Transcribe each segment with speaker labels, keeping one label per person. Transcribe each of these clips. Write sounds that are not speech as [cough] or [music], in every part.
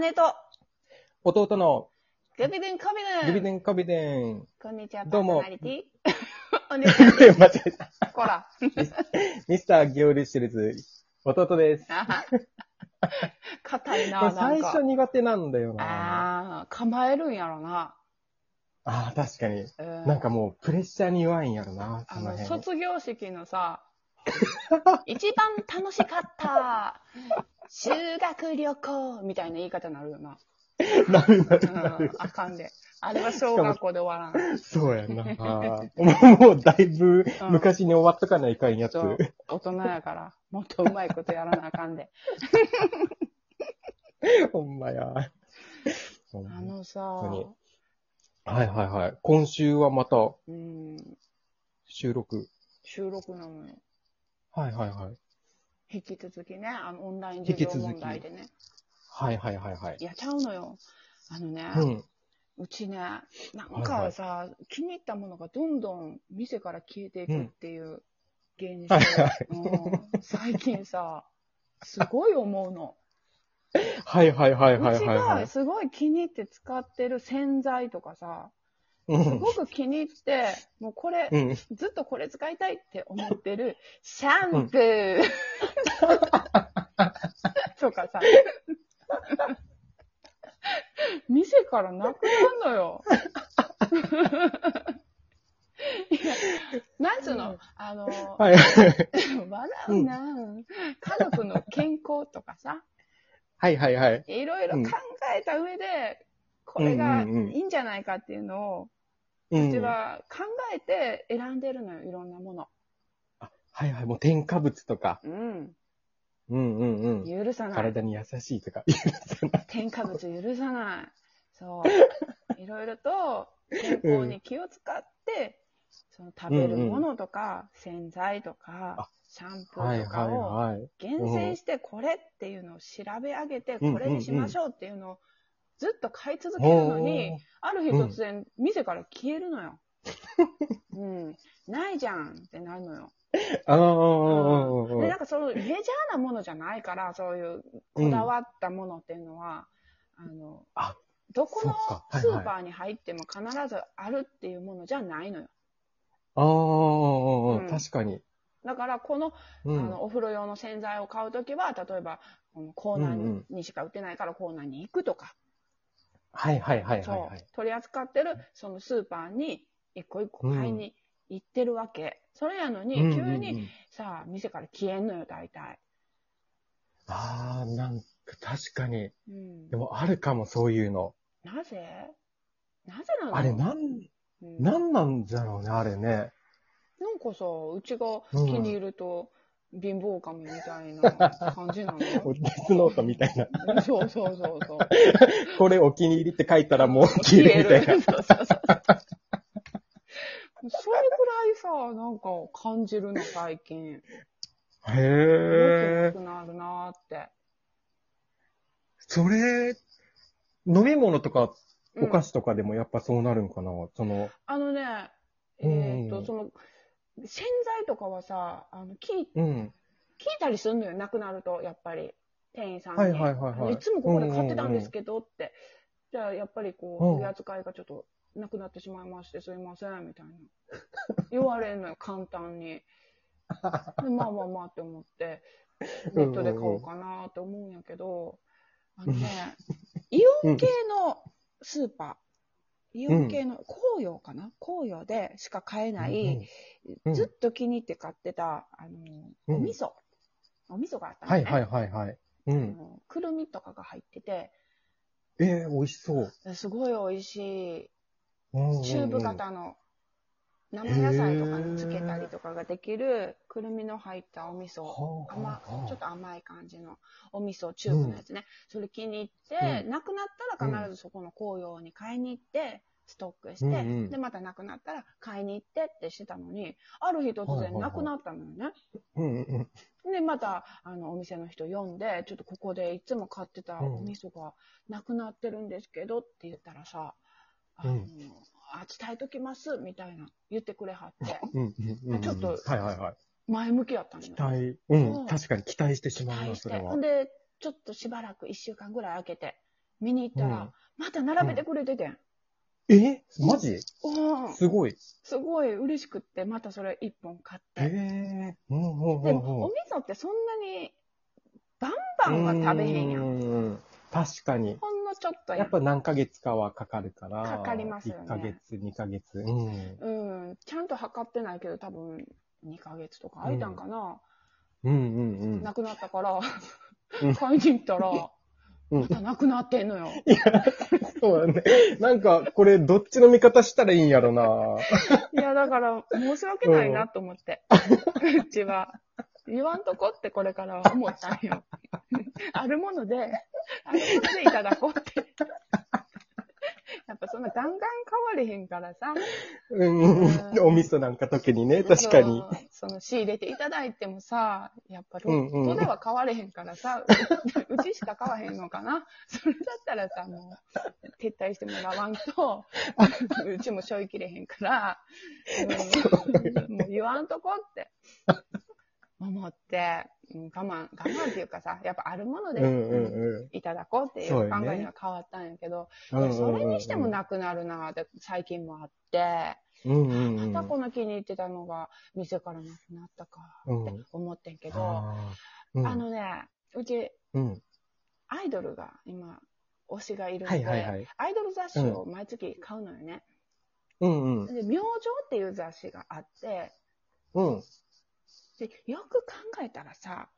Speaker 1: 姉と
Speaker 2: 弟の
Speaker 1: グビデンコビデン
Speaker 2: グビデンコビデン。
Speaker 1: こんにちは、
Speaker 2: どう
Speaker 1: パ
Speaker 2: も
Speaker 1: ーソナリティ [laughs] お姉ちゃんです。
Speaker 2: [laughs] 間違えた。
Speaker 1: こら。
Speaker 2: ミスターギオリシリーズ、弟です。
Speaker 1: あは [laughs] 硬いな、なん
Speaker 2: 最
Speaker 1: か。
Speaker 2: 初苦手なんだよな。
Speaker 1: ああ、構えるんやろな。
Speaker 2: ああ、確かに。
Speaker 1: うん
Speaker 2: なんかもうプレッシャーに弱いんやろな、
Speaker 1: あ
Speaker 2: その
Speaker 1: の、
Speaker 2: 辺。
Speaker 1: 卒業式の
Speaker 2: [laughs]
Speaker 1: さ、一番楽しかった、修学旅行みたいな言い方になるよな。
Speaker 2: [laughs] なるな
Speaker 1: う
Speaker 2: る
Speaker 1: ん
Speaker 2: なる。、
Speaker 1: あかんで。あれは小学校で終わらん。
Speaker 2: そうやな。もうもうだいぶ昔に終わっとかないかんやつ。
Speaker 1: そう、大人やから、もっとうまいことやらなあかんで。
Speaker 2: ほんまや。ほんま
Speaker 1: あのさ、
Speaker 2: [laughs] 本はいはいはい。今週はまた
Speaker 1: うん、
Speaker 2: 収録。
Speaker 1: 収録なのよ。
Speaker 2: はいはいはい。
Speaker 1: 引き続きね、あの、オンライン授業問題でね。
Speaker 2: はいはいはいはい
Speaker 1: い。や、ちゃうのよ。あのね、
Speaker 2: うん。
Speaker 1: うちね、なんかさ、気に入ったものがどんどん店から消えていくっていう現象、
Speaker 2: はいは
Speaker 1: うん最近さ、すごい思うの。
Speaker 2: はいはいはいは
Speaker 1: う
Speaker 2: い
Speaker 1: ち
Speaker 2: はいは
Speaker 1: が
Speaker 2: い。
Speaker 1: すごい気に入って使ってる洗剤とかさ、
Speaker 2: う
Speaker 1: す
Speaker 2: ん
Speaker 1: ごく気に入って、もうこれ、
Speaker 2: うん。
Speaker 1: ずっとこれ使いたいって思って [laughs] る、シャンプー、とかさ、店からなくなるのよ。いやなんつうの、あの、
Speaker 2: はいはい
Speaker 1: 笑うな、家族の健康とかさ、
Speaker 2: はいはいはい。
Speaker 1: いろいろ考えた上で、これがいいんじゃないかっていうのを、
Speaker 2: う
Speaker 1: うんち。は考えて選んでるのよ、いろんなもの。
Speaker 2: はいはい。もう添加物とか。
Speaker 1: うん。
Speaker 2: うんうんうん。
Speaker 1: 許さない。
Speaker 2: 体に優しいとか。
Speaker 1: 添加物許さない。そう。
Speaker 2: [laughs]
Speaker 1: いろいろと健康に気を使って、その食べるものとか、洗剤とか
Speaker 2: あ、
Speaker 1: シャンプ
Speaker 2: はい
Speaker 1: ーとかを
Speaker 2: はいはい。
Speaker 1: 厳選してこれっていうのを調べ上げて、
Speaker 2: うん
Speaker 1: これにしましょうっていうのをずっと買い続けるのに、ある日突然店から消えるの
Speaker 2: [laughs]
Speaker 1: よ。うん。ないじゃんってなるのよ。
Speaker 2: ああ。
Speaker 1: で、なんかそのメジャーなものじゃないから、そういうこだわったものっていうのは、あの、
Speaker 2: あ
Speaker 1: どこの
Speaker 2: そっかはいはい
Speaker 1: スーパーに入っても必ずあるっていうものじゃないのよ。
Speaker 2: ああ。確かに。
Speaker 1: だから、この,、
Speaker 2: う
Speaker 1: あ
Speaker 2: ん。
Speaker 1: のお風呂用の洗剤を買うときは、例えば、このコーナ
Speaker 2: うんう
Speaker 1: ー
Speaker 2: ん
Speaker 1: にしか売ってないからコーナーに行くとか、
Speaker 2: はいはいはいはい
Speaker 1: そう、
Speaker 2: はい。
Speaker 1: 取り扱ってるそのスーパーに一個一個買いに行ってるわけ。それやのに、急にさ、店から消えんのよ、大体。
Speaker 2: ああ、なんか確かに。
Speaker 1: うん
Speaker 2: で、もあるかも、そういうの。
Speaker 1: なぜなぜなの
Speaker 2: あれ、なん、
Speaker 1: うん
Speaker 2: なんなんだろうね、あれね。
Speaker 1: なんかさ、うちが
Speaker 2: うん
Speaker 1: 気に入ると、貧乏神みたいな感
Speaker 2: [laughs]
Speaker 1: じなのよ。
Speaker 2: デスノートみたいな。
Speaker 1: そうそうそうそう。
Speaker 2: これお気に入りって書いたらもう消えるみたいな。。
Speaker 1: そうそうそう。それくらいさ、なんか感じるの最近。
Speaker 2: へ
Speaker 1: よ
Speaker 2: え。
Speaker 1: くなくなるなーって。
Speaker 2: それ、飲み物とか、
Speaker 1: うん
Speaker 2: お菓子とかでもやっぱそうなるんかな、その、
Speaker 1: あのね、えーっ
Speaker 2: う
Speaker 1: と、
Speaker 2: ん
Speaker 1: その、洗剤とかはさ、あの、聞い、聞い
Speaker 2: うん。
Speaker 1: たりするのよ、なくなると、やっぱり。店員さんに。
Speaker 2: はいはいはいはい
Speaker 1: いつもここで買ってたんですけどって。じゃあ、やっぱりこう、
Speaker 2: うん
Speaker 1: 取り扱いがちょっとなくなってしまいまして、すいません、みたいな。言われるのよ、簡単に。でまあまあまあって思って、ネットで買おうかなって思うんやけど、あのね、イオン系のスーパー、イオン系の、紅葉かな紅葉でしか買えない、
Speaker 2: うん
Speaker 1: ずっと気に入って買ってた、あの、
Speaker 2: うん
Speaker 1: お味噌。お味噌があったの
Speaker 2: は
Speaker 1: ね。
Speaker 2: いはいはいはい。う
Speaker 1: あ
Speaker 2: ん。
Speaker 1: のくるみとかが入ってて、
Speaker 2: ええ美味しそう。
Speaker 1: すごい美味し
Speaker 2: うんうんう
Speaker 1: い、
Speaker 2: ん
Speaker 1: チューブ。型の生野菜とかにつけたりとかができる、くるみの入ったお味噌。
Speaker 2: はあ
Speaker 1: 甘
Speaker 2: はあはあ
Speaker 1: ちょっと甘い感じのお味噌、チューブのやつね。それ気に入って、
Speaker 2: う
Speaker 1: なくなったら必ずそこの紅葉に買いに行って、ストックして、
Speaker 2: うんうん
Speaker 1: で、またなくなったら買いに行ってってしてたのに、ある日突
Speaker 2: はいは
Speaker 1: 然
Speaker 2: いはい
Speaker 1: なくなったのよね。
Speaker 2: うんうんうん。
Speaker 1: で、また、あの、お店の人呼んで、ちょっとここでいつも買ってた
Speaker 2: うん
Speaker 1: お味噌がなくなってるんですけどって言ったらさ、あ
Speaker 2: う
Speaker 1: の、
Speaker 2: ん
Speaker 1: あ、伝えときます、みたいな言ってくれはって、 [laughs]
Speaker 2: うんうんうん。
Speaker 1: ちょっと
Speaker 2: はいはいはい。
Speaker 1: 前向きやったの
Speaker 2: 期
Speaker 1: よ。
Speaker 2: 待。
Speaker 1: そう
Speaker 2: うん。確かに期待してし
Speaker 1: 期
Speaker 2: まうな、
Speaker 1: 待し
Speaker 2: そ
Speaker 1: て。
Speaker 2: れは
Speaker 1: ほん。で、ちょっとしばらく1週間ぐらい空けて、見に行った
Speaker 2: うん
Speaker 1: ら、また並べてくれててん。
Speaker 2: えマジ
Speaker 1: うん。
Speaker 2: すごい。
Speaker 1: すごい嬉しくって、またそれ一本買っ
Speaker 2: へ
Speaker 1: て。
Speaker 2: え。うんうんう
Speaker 1: で
Speaker 2: ん
Speaker 1: も、
Speaker 2: う
Speaker 1: お
Speaker 2: ん
Speaker 1: 味噌ってそんなに、バンバンは食べへんや。
Speaker 2: うんん。確かに。
Speaker 1: ほんのちょっとや
Speaker 2: や
Speaker 1: ん
Speaker 2: っ。ぱ何ヶ月かはかかるから。
Speaker 1: かかりますよね
Speaker 2: 1ヶ月、2ヶ月。うん。
Speaker 1: うん。ちゃんと測ってないけど、多分、2ヶ月とか空いたんかな。
Speaker 2: うんうんうん
Speaker 1: なくなったから
Speaker 2: う
Speaker 1: [laughs]
Speaker 2: ん、
Speaker 1: 買いに行ったら、
Speaker 2: うん
Speaker 1: またなくなってんのよ。
Speaker 2: そうだね。なんか、これ、どっちの味方したらいいんやろな。
Speaker 1: いや、だから、申し訳ないなと思って。うちは。言わんとこってこれからは思ったんよ。あるもので、あるものでいただこうって。やっぱそんなガンガン変われへんからさ。
Speaker 2: うんうんうん。お味噌なんか時にね、確かに。
Speaker 1: そう。その仕入れていただいてもさ、やっぱロ
Speaker 2: うんうん
Speaker 1: ットでは買われへんからさ、 [laughs] ううちしか買わへんのかな。 [laughs] それだったらさ、もう、撤退してもらわんと、 [laughs] うちも背負いきれへんから、うんもう言わんとこって、思って、うん我慢、我慢っていうかさ、やっぱあるもの
Speaker 2: うんうん
Speaker 1: で
Speaker 2: う
Speaker 1: いただこうっていう
Speaker 2: そう
Speaker 1: 考
Speaker 2: よね
Speaker 1: えには変わったんやけど、
Speaker 2: んうんうんうん。
Speaker 1: それにしてもなくなるなって最近もあって、
Speaker 2: うんうんうん、
Speaker 1: またこの気に入ってたのが店からなくなったかって思ってんけど、
Speaker 2: あーうん
Speaker 1: あのね、うち
Speaker 2: うん。
Speaker 1: アイドルが今、推しがいるの
Speaker 2: は
Speaker 1: で、
Speaker 2: いはいはい。
Speaker 1: アイドル雑誌を毎月買うのよね。
Speaker 2: うんうん。
Speaker 1: で、明星っていう雑誌があって、
Speaker 2: うん。
Speaker 1: で、よく考えたらさ、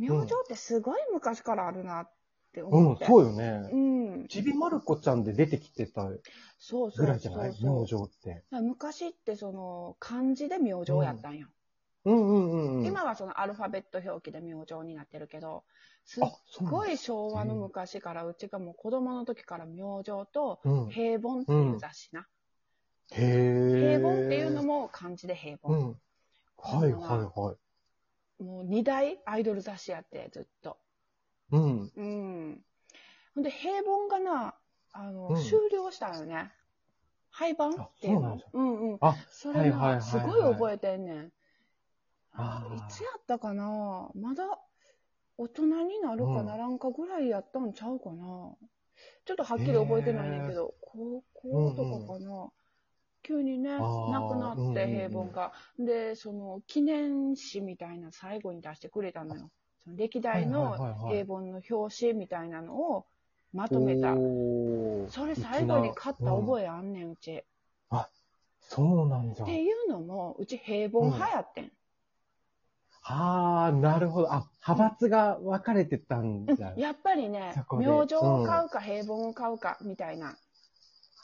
Speaker 1: 明星ってすごい昔からあるなって
Speaker 2: う
Speaker 1: 思
Speaker 2: ん
Speaker 1: っ、て。
Speaker 2: そうよね。
Speaker 1: うん、
Speaker 2: ちびまる子ちゃんで出てきてたぐ
Speaker 1: そうそうそう
Speaker 2: らいじゃない
Speaker 1: そう
Speaker 2: 明星って。
Speaker 1: だから昔ってその漢字で明星やったんよ。
Speaker 2: うんうんうんうん。
Speaker 1: 今はそのアルファベット表記で明星になってるけど、すっ
Speaker 2: あ、
Speaker 1: す
Speaker 2: そうなんだ
Speaker 1: ごい昭和の昔から、うちがもう子供の時から明星と
Speaker 2: うん。へ
Speaker 1: 平凡っていう雑誌な。
Speaker 2: え。
Speaker 1: 平凡っていうの。も漢字で平
Speaker 2: う
Speaker 1: 凡。
Speaker 2: ん。はいはいはい。
Speaker 1: もう二大アイドル雑誌やって、ずっと。
Speaker 2: うん。
Speaker 1: うん。ほんで、平凡がな、あの、
Speaker 2: うん
Speaker 1: 終了したよね。廃盤っていう
Speaker 2: あ
Speaker 1: の。うんうん。
Speaker 2: あ、
Speaker 1: それ
Speaker 2: はいはいはいは
Speaker 1: な、
Speaker 2: い
Speaker 1: すごい覚えてんねん。
Speaker 2: あー
Speaker 1: いつやったかなまだ大人になるかならんかぐらいやったんちゃうかな、ちょっとはっきり覚えてないんやけど、高校とかかな、急にね、
Speaker 2: あー
Speaker 1: 亡くな
Speaker 2: うんうん
Speaker 1: って平凡が、で、その記念誌みたいな最後に出してくれたのよ。その歴代
Speaker 2: はいはい
Speaker 1: の
Speaker 2: はいはい
Speaker 1: 平凡の表紙みたいなのをまとめた。
Speaker 2: おー
Speaker 1: それ最後に買った覚えあんねん、うち。
Speaker 2: そうなんじゃ
Speaker 1: っ。ていうのも、うち平凡派やってん。
Speaker 2: ああ、なるほど。あ、派閥が分かれてたんだ。は
Speaker 1: やっぱりね
Speaker 2: そ、こで
Speaker 1: 明星を買うか平凡を買うかみたいな、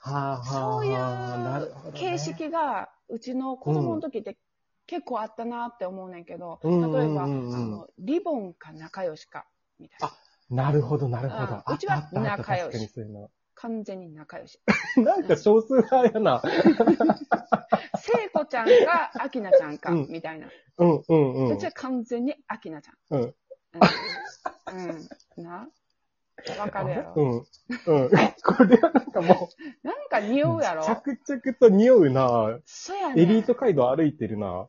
Speaker 2: あはあ
Speaker 1: そうい
Speaker 2: はあなるほど
Speaker 1: う
Speaker 2: ね
Speaker 1: 形式が、うちの子供の時って結構あったなって思うねんけど、
Speaker 2: うん
Speaker 1: 例えば、あ
Speaker 2: うんうんうん
Speaker 1: の、リボンか仲良しか、みたいな。
Speaker 2: なるほど、なるほど。
Speaker 1: うんうちは
Speaker 2: あったあった
Speaker 1: 仲良し
Speaker 2: 確かにそういうの。 [laughs]
Speaker 1: 完全に仲良し。
Speaker 2: なんか少数派やな。
Speaker 1: 聖子ちゃんか、アキナちゃんか、
Speaker 2: うん
Speaker 1: みたいな。
Speaker 2: うんうんう
Speaker 1: うんち。は完全にアキナちゃん。
Speaker 2: うん
Speaker 1: うん。うん。なわかるや
Speaker 2: う
Speaker 1: ろ
Speaker 2: ん。うん。 [laughs] これはなんかも
Speaker 1: なんか
Speaker 2: う、
Speaker 1: 匂うやろ
Speaker 2: 着々と匂うな。
Speaker 1: そうやねん
Speaker 2: エリート街道歩いてるな。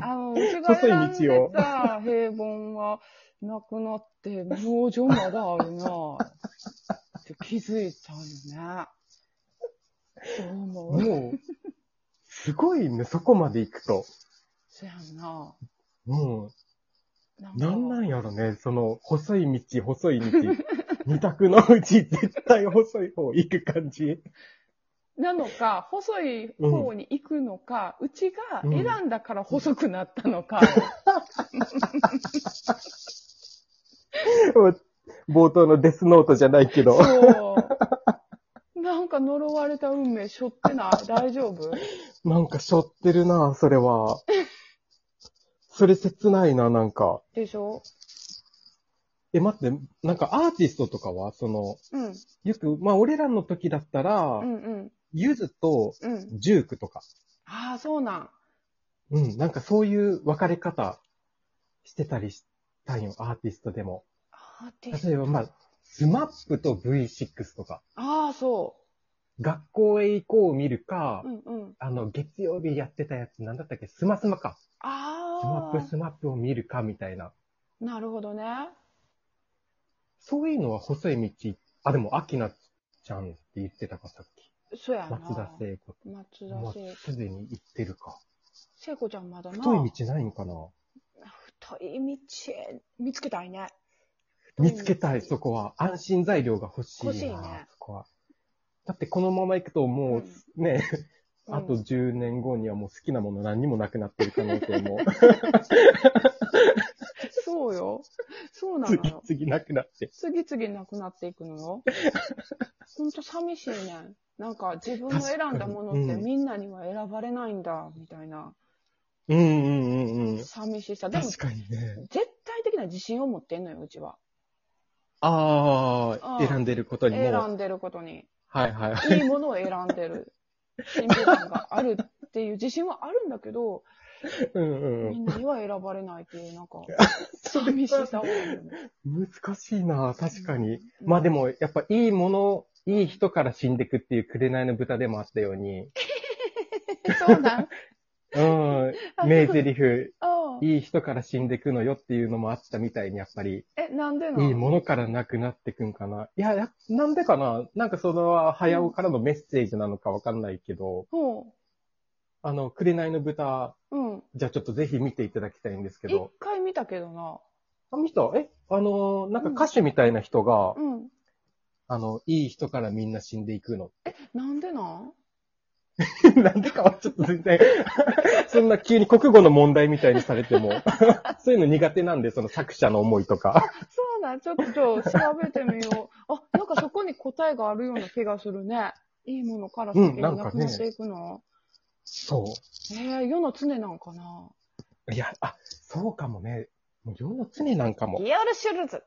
Speaker 1: あの、うちが
Speaker 2: 細い
Speaker 1: 選んで
Speaker 2: 道を
Speaker 1: た平凡はなくなって、明星まだあるなぁって気づいたんよね。そう思う。
Speaker 2: もう、すごいね、そこまで行くと。
Speaker 1: そやんな
Speaker 2: うん。
Speaker 1: なんか
Speaker 2: なんなんやろね、その、細い道、細い道。二択のうち、絶対細い方行く感じ。
Speaker 1: なのか、細い方に行くのか、うちが選んだから細くなった
Speaker 2: [laughs]
Speaker 1: のか、
Speaker 2: 冒頭のデスノートじゃないけど。
Speaker 1: そう。なんか呪われた運命背負ってない大丈夫
Speaker 2: なんか背負ってるな、それは。それ切ないな、なんか。
Speaker 1: でしょ
Speaker 2: え、待って、なんかアーティストとかは、その、
Speaker 1: うん。
Speaker 2: よく、まあ俺らの時だったら
Speaker 1: う、んうん。
Speaker 2: ゆずと
Speaker 1: うん。
Speaker 2: ジュークとか、
Speaker 1: ああ、そうなん。
Speaker 2: うん、なんかそういう分かれ方してたりしたんよ、アーティストでも。
Speaker 1: アーティスト
Speaker 2: 例えば、まあ、スマップと V6 とか、
Speaker 1: ああ、そ
Speaker 2: 学校へ行こうを見るか
Speaker 1: う。う、んうん。
Speaker 2: あの、月曜日やってたやつ、なんだったっけ、スマスマか。スマ
Speaker 1: あ
Speaker 2: ップスマップを見るか、みたいな。
Speaker 1: あ、なるほどね。
Speaker 2: そういうのは細い道、あ、でも、アキナちゃんって言ってたか、さっき。
Speaker 1: そうやな。
Speaker 2: 松田聖子。
Speaker 1: 松
Speaker 2: も
Speaker 1: 田
Speaker 2: う
Speaker 1: 聖子。
Speaker 2: すでに言ってるか。
Speaker 1: 聖子ちゃんまだな。
Speaker 2: 太い道ないんかな
Speaker 1: 太い道見つけたいね。
Speaker 2: 見つけたい、そこは。安心材料が欲しいな。
Speaker 1: 欲しいね
Speaker 2: そこは。だってこのまま行くともうね、
Speaker 1: うん
Speaker 2: あと10年後にはもう好きなもの何にもなくなってる可能性も、
Speaker 1: そうよ。そうなの
Speaker 2: 次
Speaker 1: よ。
Speaker 2: 々なくなって。
Speaker 1: 次々なくなっていくの
Speaker 2: [laughs]
Speaker 1: よ。ほんと寂しいね。なんか自分の選んだものっ
Speaker 2: 確
Speaker 1: て
Speaker 2: かにうん
Speaker 1: みんなには選ばれないんだ、みたいな
Speaker 2: うんうんうんうん。
Speaker 1: 寂しさ。でも
Speaker 2: 確かにね。
Speaker 1: 絶対的な自信を持ってんのよ、うちは。
Speaker 2: ああ、
Speaker 1: うん
Speaker 2: 選んでることにもう。
Speaker 1: 選んでることに。
Speaker 2: はいはい。
Speaker 1: いいものを選んでる。信頼感があるっていう自信はあるんだけど、
Speaker 2: うんうんう
Speaker 1: み
Speaker 2: ん。
Speaker 1: んなには選ばれないっていう、なん
Speaker 2: [laughs]
Speaker 1: か、寂しさを。
Speaker 2: 難しいな、確かに。まあでも、やっぱいいもの、いい人から死んでくっていう紅の豚でもあったように、
Speaker 1: そうなん。
Speaker 2: うん、 [laughs] 名台詞、
Speaker 1: ああ
Speaker 2: いい人から死んでくのよっていうのもあったみたいに、やっぱり、
Speaker 1: え、なんでなん
Speaker 2: いいものからなくなってくんかな。いや、やなんでかななんかそれは、早尾からのメッセージなのかわかんないけど、
Speaker 1: ほ
Speaker 2: あの、紅の豚、
Speaker 1: う。うん。
Speaker 2: じゃあちょっとぜひ見ていただきたいんですけ
Speaker 1: 一
Speaker 2: ど、
Speaker 1: 回見たけどな。
Speaker 2: あの人、えあの、なんか歌手みたいな人が、
Speaker 1: うん。
Speaker 2: あの、いい人からみんな死んでいくの。 [laughs]
Speaker 1: なんでなん
Speaker 2: なんでかはちょっと全然、 [laughs] そんな急に国語の問題みたいにされても、 [laughs] そういうの苦手なんで、その作者の思いとか。
Speaker 1: そうなん。ちょっとじゃあ調べてみよ [laughs] う。あ、なんかそこに答えがあるような気がするね。いいものから先
Speaker 2: うん
Speaker 1: に
Speaker 2: なん
Speaker 1: な
Speaker 2: か
Speaker 1: く
Speaker 2: ね
Speaker 1: なっていくの。
Speaker 2: そう。
Speaker 1: えー、世の常なんかな。
Speaker 2: いや、あ、そうかもね。もう世の常なんかも。
Speaker 1: ギアルシュルズ。